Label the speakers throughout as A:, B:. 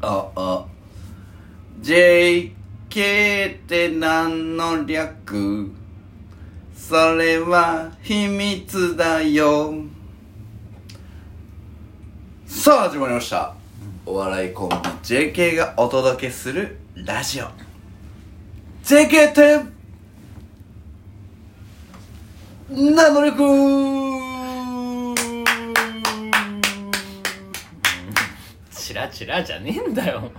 A: ああ JK って何の略それは秘密だよさあ始まりましたお笑いコンビ JK がお届けするラジオ JK って何の略
B: チラチラじゃねえんだよお前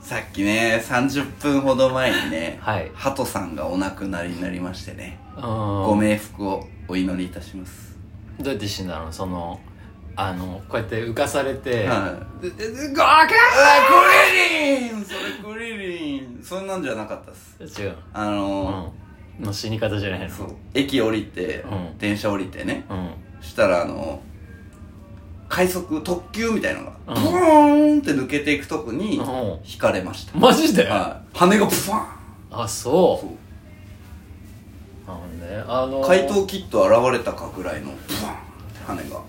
A: さっきね30分ほど前にね、
B: はい
A: ハトさんがお亡くなりになりましてねご
B: ごん
A: 冥福をお祈りいたします
B: どうやって死んだのそのあのこうやって浮かされて、
A: は
B: でででごあ
A: あ
B: か
A: クリリンそれクリリンそんなんじゃなかったっす
B: ん違う
A: あ
B: う
A: の
B: んの死に方じゃないの
A: そう駅降りて、
B: うん
A: 電車降りてね
B: うん
A: したらあの快速特急みたいなのが、
B: うん
A: ポーンって抜けていくとこに
B: う
A: 引
B: ん
A: かれました、
B: マジで、
A: はい羽がプファーン
B: あそ
A: そう
B: うなんであの
A: 怪盗キット現れたかぐらいのプファーンって羽が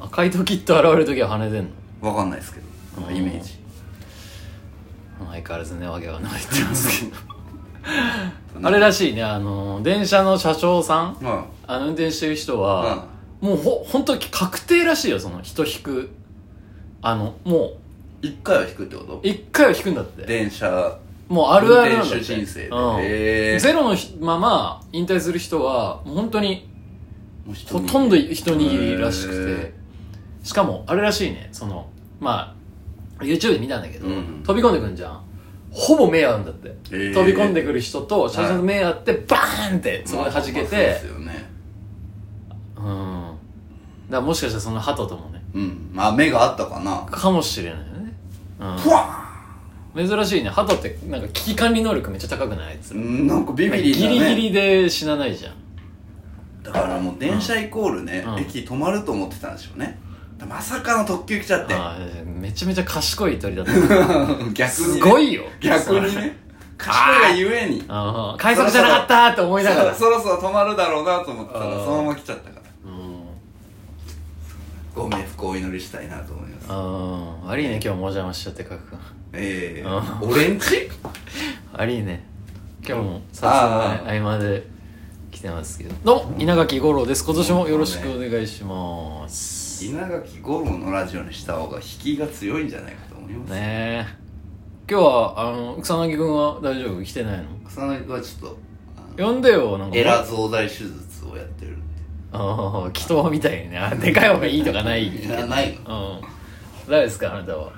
B: あ怪盗キット現れる時は跳ねてんの
A: わかんないですけどなんかイメージ
B: 相変わらずねわけがないって言ってますけ
A: うん
B: どあれらしいねあの電車の車掌さん
A: うん
B: あの運転してる人は、もうほ本当に確定らしいよその人引くあのも
A: 一回は引くってこと
B: う一回は引くんだって
A: 電車
B: もうあるあるなんだって
A: 運転手人生で
B: うん
A: へー
B: ゼロのひまま引退する人はもう本当に
A: もう一
B: ほ
A: 握り
B: とんど一握りらし
A: へ
B: くてしかもあれらしいねそのまあ YouTube で見たんだけど、
A: うん
B: 飛び込んでくんじゃんほぼ目合うんだって、
A: ー
B: 飛び込んでくる人と写真の目合って、バーンってそこで弾け
A: まあそう
B: て、
A: ですよね
B: うんだからもしかしたらその鳩ともね
A: うんまあ目があったかな
B: かもしれないよね、
A: ふわ
B: うん、珍しいね鳩ってなんか危機管理能力めっちゃ高くないあいつ、
A: ーんなんかビビリだ
B: ギ
A: ね
B: リギリで死なないじゃん
A: だからもう電車イコールね、
B: うん
A: 駅止まると思ってたんでしょうねまさかの特急来ちゃって
B: あーめちゃめちゃ賢い鳥だっ た
A: 逆に、ね、
B: すごいよ
A: 逆にね 賢いがゆえに
B: あー快速じゃなかったーって思いながら
A: そろそろ止まるだろうなと思ってた
B: あ
A: ら
B: ー
A: そのまま来ちゃったから
B: うん
A: ご冥福をお祈りしたいなと思います
B: あー悪いね今日もお邪魔しちゃってカク君
A: ええ
B: あー
A: 俺んち
B: 悪いね今日もさっきの合間で来てますけどどうも稲垣吾郎です今年もよろしくお願いします
A: 稲垣吾郎のラジオにした方が引きが強いんじゃないかと思います
B: ねえ今日はあの草薙君は大丈夫来てないの
A: 草薙はちょっとあの
B: 呼んでよなんか
A: エラ増大手術をやってるん
B: ああ祈祷みたいにねあでかい方がいいとかない
A: でいらないの
B: うん誰ですかあなたは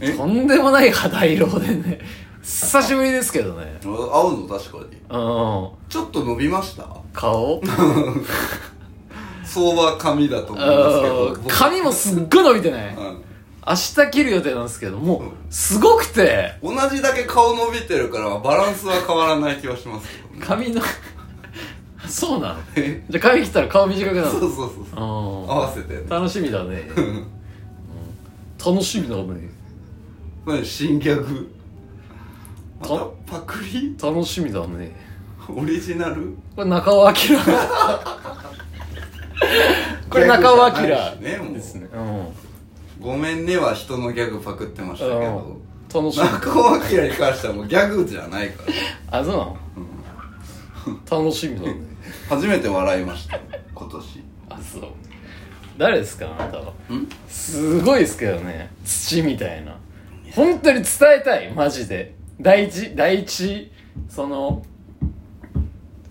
A: え
B: とんでもない肌色でね久しぶりですけどね
A: 合うの確かに
B: うん
A: ちょっと伸びました
B: 顔
A: 相場髪だと思いますけど
B: うん髪もすっごい伸びてない
A: うん
B: 明日切る予定なんですけどもうすごくて
A: 同じだけ顔伸びてるからバランスは変わらない気はしますけど
B: 髪のそうなの
A: え
B: じゃあ髪切ったら顔短くなる
A: そう
B: の
A: そうそうそう
B: うん
A: 合わせてね
B: 楽しみだね、うん楽しみだね
A: 何新ギャグまた
B: た
A: パクリ
B: 楽しみだね
A: オリジナル
B: これ中尾明これ中尾明
A: ねもう
B: ですねうん
A: ごめんねは人のギャグパクってましたけど
B: 楽しみ
A: 中尾明に関してはもうギャグじゃないから
B: あそうなの、楽しみだね
A: 初めて笑いました今年
B: あそう誰ですかあなたは
A: ん
B: すごいですけどね土みたいな本当に伝えたいマジで第一第一その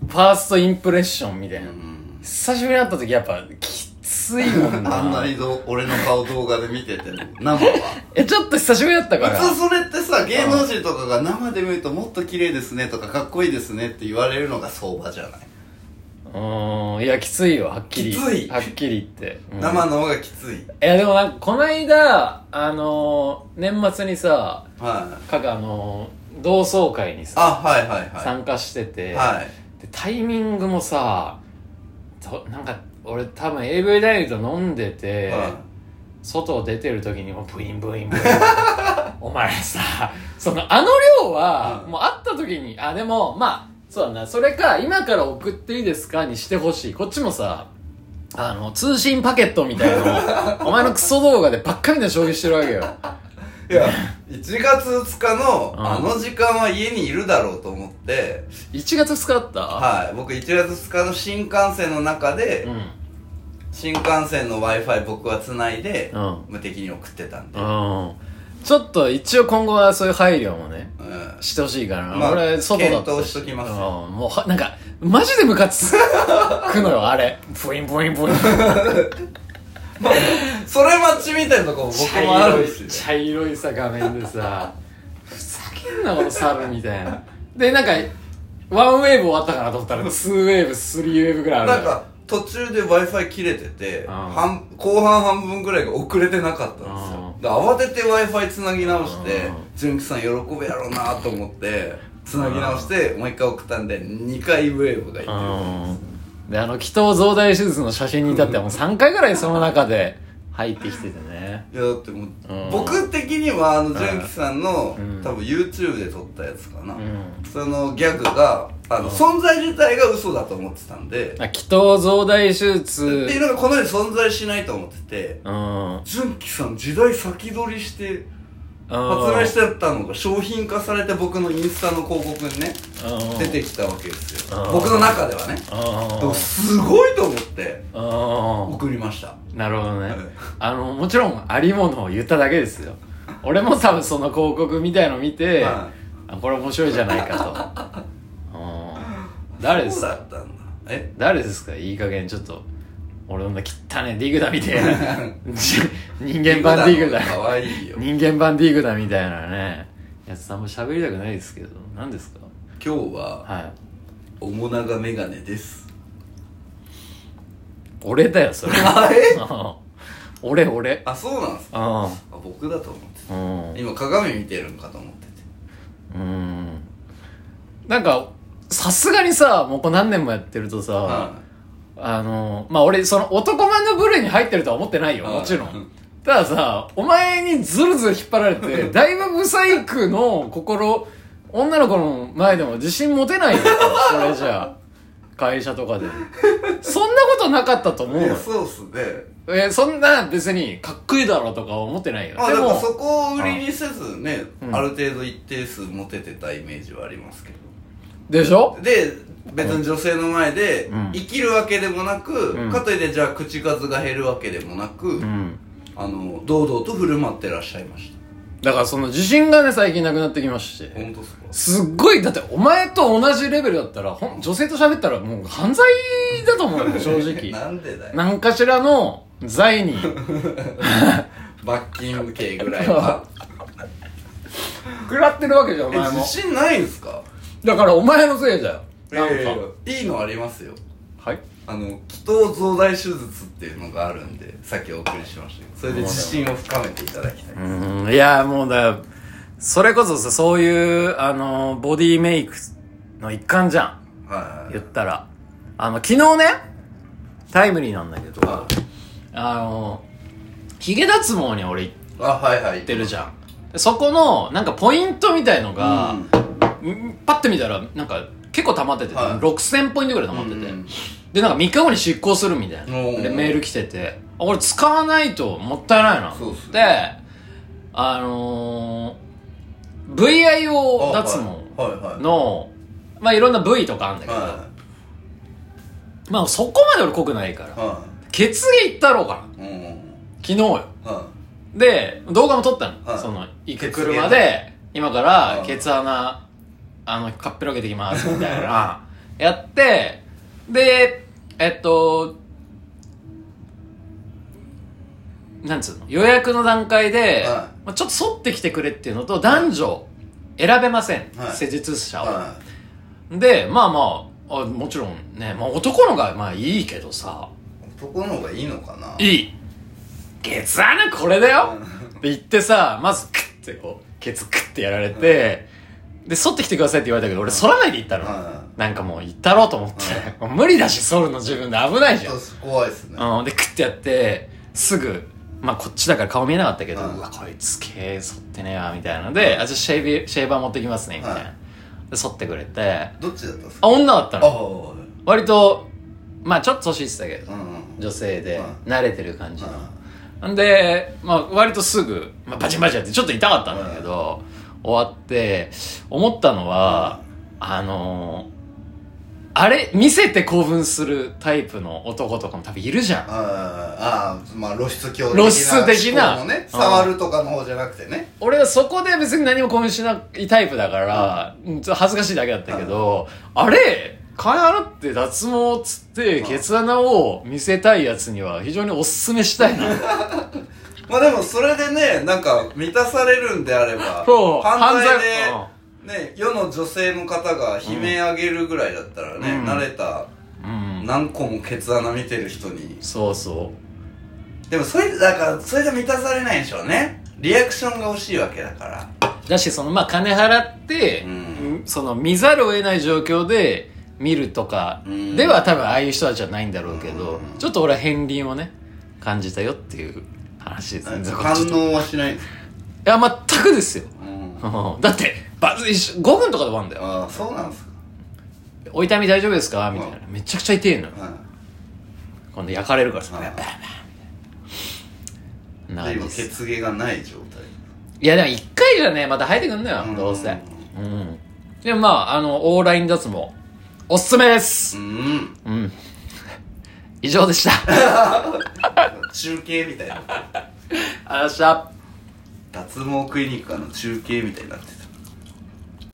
B: ファーストインプレッションみたいな、
A: うん
B: 久しぶりに会った時やっぱきついもん な
A: あんなにど俺の顔動画で見ててね生は
B: えちょっと久しぶりだったから
A: 普通それってさ芸能人とかが生で見るともっと綺麗ですねとかかっこいいですねって言われるのが相場じゃない、
B: うーんいやきついよはっきり
A: きつい
B: はっきり言って、うん
A: 生の方がきつい
B: いやでもなんかこの間あのー年末にさ
A: はい
B: 各あのー同窓会にさ
A: あはいはいは
B: 参加してて、
A: いはい
B: でタイミングもさとなんか俺多分 AV ダイレクト飲んでて、
A: は
B: 外出てる時にもブインブインブイン お前さそのあの量は、
A: うん
B: もう会った時にあでもまあそうだなそれか今から送っていいですかにしてほしいこっちもさあ の通信パケットみたいなのをお前のクソ動画でばっかりな消費してるわけよ
A: いや、1月2日の
B: うん
A: あの時間は家にいるだろうと思って、
B: 1月2日だった
A: はい、僕1月2日の新幹線の中で
B: う、ん
A: 新幹線の Wi-Fi 僕は繋いで
B: う、ん
A: 無敵に送ってたんで。
B: うんちょっと一応今後はそういう配慮もね
A: うん
B: してほしいからな、
A: まあ
B: 俺外だった
A: 検討しときます
B: うん、
A: よ
B: もうはなんかマジでムカつくのよあれブインブインブイン
A: まあ、それ待ちみたいなとこも僕もあるし。
B: 茶色いさ画面でさふざけんなこの猿みたいなでなんかワンウェーブ終わったかなと思ったらツーウェーブスリーウェーブぐ らいある
A: なんか、途中で Wi-Fi 切れてて、
B: ん
A: 半後半半分ぐらいが遅れてなかったんですよ
B: う。ん
A: で慌てて Wi-Fi つなぎ直して
B: うん、
A: 純喜さん喜ぶやろうなと思って、つなぎ直して、もう一回送ったんで、2回ウェーブがいってる。
B: うんであの祈祷増大手術の写真に至ってはもう3回ぐらいその中で入ってきててね
A: いや、だってもう
B: うん、
A: 僕的には、あの、純喜さんの
B: うん、
A: 多分 YouTube で撮ったやつかな
B: う。ん
A: そのギャグが、あの、存在自体が嘘だと思ってたんで、
B: あ祈祷増大手術
A: っていうのがこの世に存在しないと思ってて、
B: うん
A: 純喜さん時代先取りして、発売し
B: 発
A: てたのが商品化されて僕のインスタの広告にね、出てきたわけですよ
B: うん。
A: 僕の中ではね。でもすごいと思って
B: う
A: 送りました。
B: んなるほどね、
A: はい
B: あのもちろんありものを言っただけですよ俺も多分その広告みたいの見て、
A: は
B: あこれ面白いじゃないか とうん誰です
A: そうだ
B: か
A: ったんだ。え
B: 誰ですかいい加減ちょっと俺の汚ねディグダみたいな じ人間版ディグダ
A: かわいい よ。今
B: 人間版ディグダみたいなねやつあんま喋りたくないですけど何ですか
A: 日は、
B: はい
A: おもながメガネです。
B: 俺だよそれ
A: あえ
B: うん俺俺
A: あ、そうなんですか
B: うん
A: あ僕だと思って
B: うん
A: た。今鏡見てるんかと思ってて。
B: うーんなんかさすがにさもうこう何年もやってるとさ、
A: はい
B: あのまあ俺その男前の部類に入ってるとは思ってないよ
A: はい
B: もちろんたださお前にズルズル引っ張ら れてだいぶブサイクの心女の子の前でも自信持てないよそれじゃあ会社とかでそんなことなかったと思
A: い
B: うよ
A: や、そうっすね。
B: えそんな別にかっこいいだろうとか思ってないよ
A: まあ、
B: で
A: だから
B: も
A: そこを売りにせずね、
B: うん
A: ある程度一定数持ててたイメージはありますけど。
B: でしょ
A: で別に女性の前で
B: うん
A: 生きるわけでもなく、
B: うん
A: かといってじゃあ口数が減るわけでもなく、
B: うん
A: あの堂々と振る舞ってらっしゃいました
B: だからその自信がね最近なくなってきまして
A: 本当ですか
B: すっごい、だってお前と同じレベルだったら、ほん女性と喋ったらもう犯罪だと思 うよ、正直。
A: なんでだ よ
B: 何かしらの罪に
A: 罰金刑ぐらいは
B: 食らってるわけじ ゃん、お
A: え
B: 前
A: 自
B: も。
A: 信ないんすか
B: だからお前のせいだよ。
A: い
B: なんか。
A: やいやいやいいのありますよ
B: はい
A: あの気頭増大手術っていうのがあるんでさっきお送りしましたけどそれで自信を深めていただきたい、
B: うん、いや、もうだ、それこそさ、そういう、あの、ボディメイクの一環じゃん。
A: はい
B: 言ったら。あの、昨日ね、タイムリーなんだけど、
A: は
B: あの、ヒゲ脱毛に俺行っ
A: いあはいはい
B: ってるじゃんでそこのなんかポイントみたいのが、うんパッて見たらなんか結構溜まってて、
A: はい
B: 6000ポイントぐらい溜まってて、
A: うん
B: でなんか3日後に執行するみたいな
A: おー
B: でメール来ててあ俺使わないともったいないな
A: そうっすね
B: であのー、VIO 脱毛
A: はいはいはい
B: のまあいろんな部位とかあるんだけど、
A: は
B: まあそこまで俺濃くないか
A: い
B: ら
A: は
B: 血毛行ったろうかない
A: うん
B: 昨日よ
A: は
B: で、動画も撮ったの。
A: はい
B: その、行く
A: 血
B: 車
A: 液
B: で、今か
A: う
B: ら
A: ん、
B: ケツ穴、あの、かっぺらげて きます、みたいな、やって、で、えっと、なんつうの予約の段階で、
A: はい
B: まあ、ちょっと反ってきてくれっていうのと、男女、選べません。
A: はい
B: 施術者を。
A: は
B: で、まあまあ、あもちろんね、まあ男のがまあいいけどさ、
A: い男の方がいいのかない
B: い。ケツ穴これだよ、で行ってさまずクッてこうケツクッてやられて、で剃ってきてくださいって言われたけど俺剃らないで行ったの、
A: は
B: なんかもう行ったろうと思って、もう無理だし剃るの自分で危ないじ
A: ち
B: ゃ
A: ょ
B: ん
A: っ、と怖いですね
B: うん、でクッてやってすぐまあこっちだから顔見えなかったけど、う
A: うん
B: わこいつ毛剃ってねえわみたいなのであじゃあシェービシェーバー持ってきますねみたいな、
A: はい
B: で剃ってくれて
A: どっちだったんですか
B: あ女だった
A: あ
B: の
A: は
B: 割とまあちょっと年いってたけど
A: いうん
B: 女性で
A: うん
B: 慣れてる感じの、
A: う
B: んで、まあ、割とすぐ、まあ、バチンバチンやってちょっと痛かったんだけど、終わって、思ったのは、あのーあれ、見せて興奮するタイプの男とかも多分いるじゃん。
A: あーあーまあ露出狂的な
B: 露出的な
A: 思考のね
B: うん
A: 触るとかの方じゃなくてね
B: 俺はそこで別に何も興奮しないタイプだから、うんちょっと恥ずかしいだけだったけど、あれ金払って脱毛っつって、
A: うん
B: ケツ穴を見せたいやつには非常におすすめしたいな。
A: まあでもそれでねなんか満たされるんであれば
B: そう
A: 犯罪
B: 犯
A: で、ね、世の女性の方が悲鳴上げるぐらいだったらね、
B: うん
A: 慣れた
B: うん。
A: 何個もケツ穴見てる人に
B: そうそ
A: でもそれだからそれで満たされないんでしょうねリアクションが欲しいわけだから
B: う。だし、その、まあ、金払って、
A: う
B: その、見ざるを得ない状況で、見るとか、
A: うん
B: では多分ああいう人たちはないんだろうけど、
A: うん
B: ちょっと俺は片鱗をね、感じたよっていう話ですね。
A: 反
B: ちょっとい
A: 応はしない、
B: や、全くですよ。
A: うん、
B: うんだって、バズ一緒、5分とかで終わるんだよ。
A: ああそうなんですか
B: お痛み大丈夫ですかみたいな。めちゃくちゃ痛いのよ。
A: はい
B: 今度焼かれるからさ。
A: はい
B: バンバンバンな
A: で
B: ん
A: 今
B: です
A: 血毛がない状態
B: いや、でも一回じゃね、また生えてくんのよ
A: う。ん
B: どうせ。うん。でもまあ、あの、オーライン脱毛、おすすめです
A: うん
B: うん。以 上でした。
A: 中継みたいな
B: ありがとうございました。
A: 脱毛クリニックあの中継みたいになってた